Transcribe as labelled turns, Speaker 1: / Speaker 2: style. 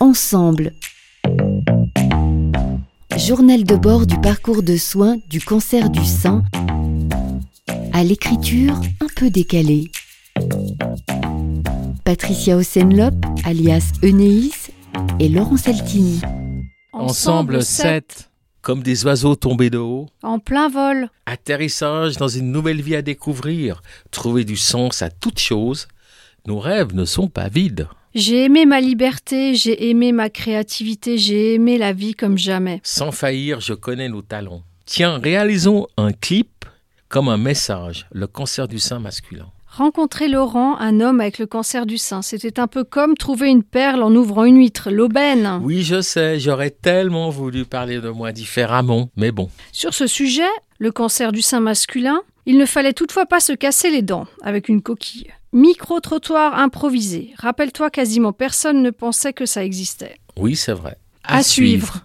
Speaker 1: Ensemble. Journal de bord du parcours de soins du cancer du sein à l'écriture un peu décalée. Patricia Osenlop, alias Enéis, et Laurent Altini.
Speaker 2: Ensemble 7.
Speaker 3: Comme des oiseaux tombés de haut,
Speaker 2: En plein vol.
Speaker 3: atterrissage dans une nouvelle vie à découvrir, trouver du sens à toute chose, nos rêves ne sont pas vides.
Speaker 2: J'ai aimé ma liberté, j'ai aimé ma créativité, j'ai aimé la vie comme jamais.
Speaker 3: Sans faillir, je connais nos talents. Tiens, réalisons un clip comme un message, le cancer du sein masculin.
Speaker 2: Rencontrer Laurent, un homme avec le cancer du sein, c'était un peu comme trouver une perle en ouvrant une huître, l'aubaine.
Speaker 3: Oui, je sais, j'aurais tellement voulu parler de moi différemment, mais bon.
Speaker 2: Sur ce sujet, le cancer du sein masculin, il ne fallait toutefois pas se casser les dents avec une coquille. Micro-trottoir improvisé. Rappelle-toi, quasiment personne ne pensait que ça existait.
Speaker 3: Oui, c'est vrai.
Speaker 2: À suivre.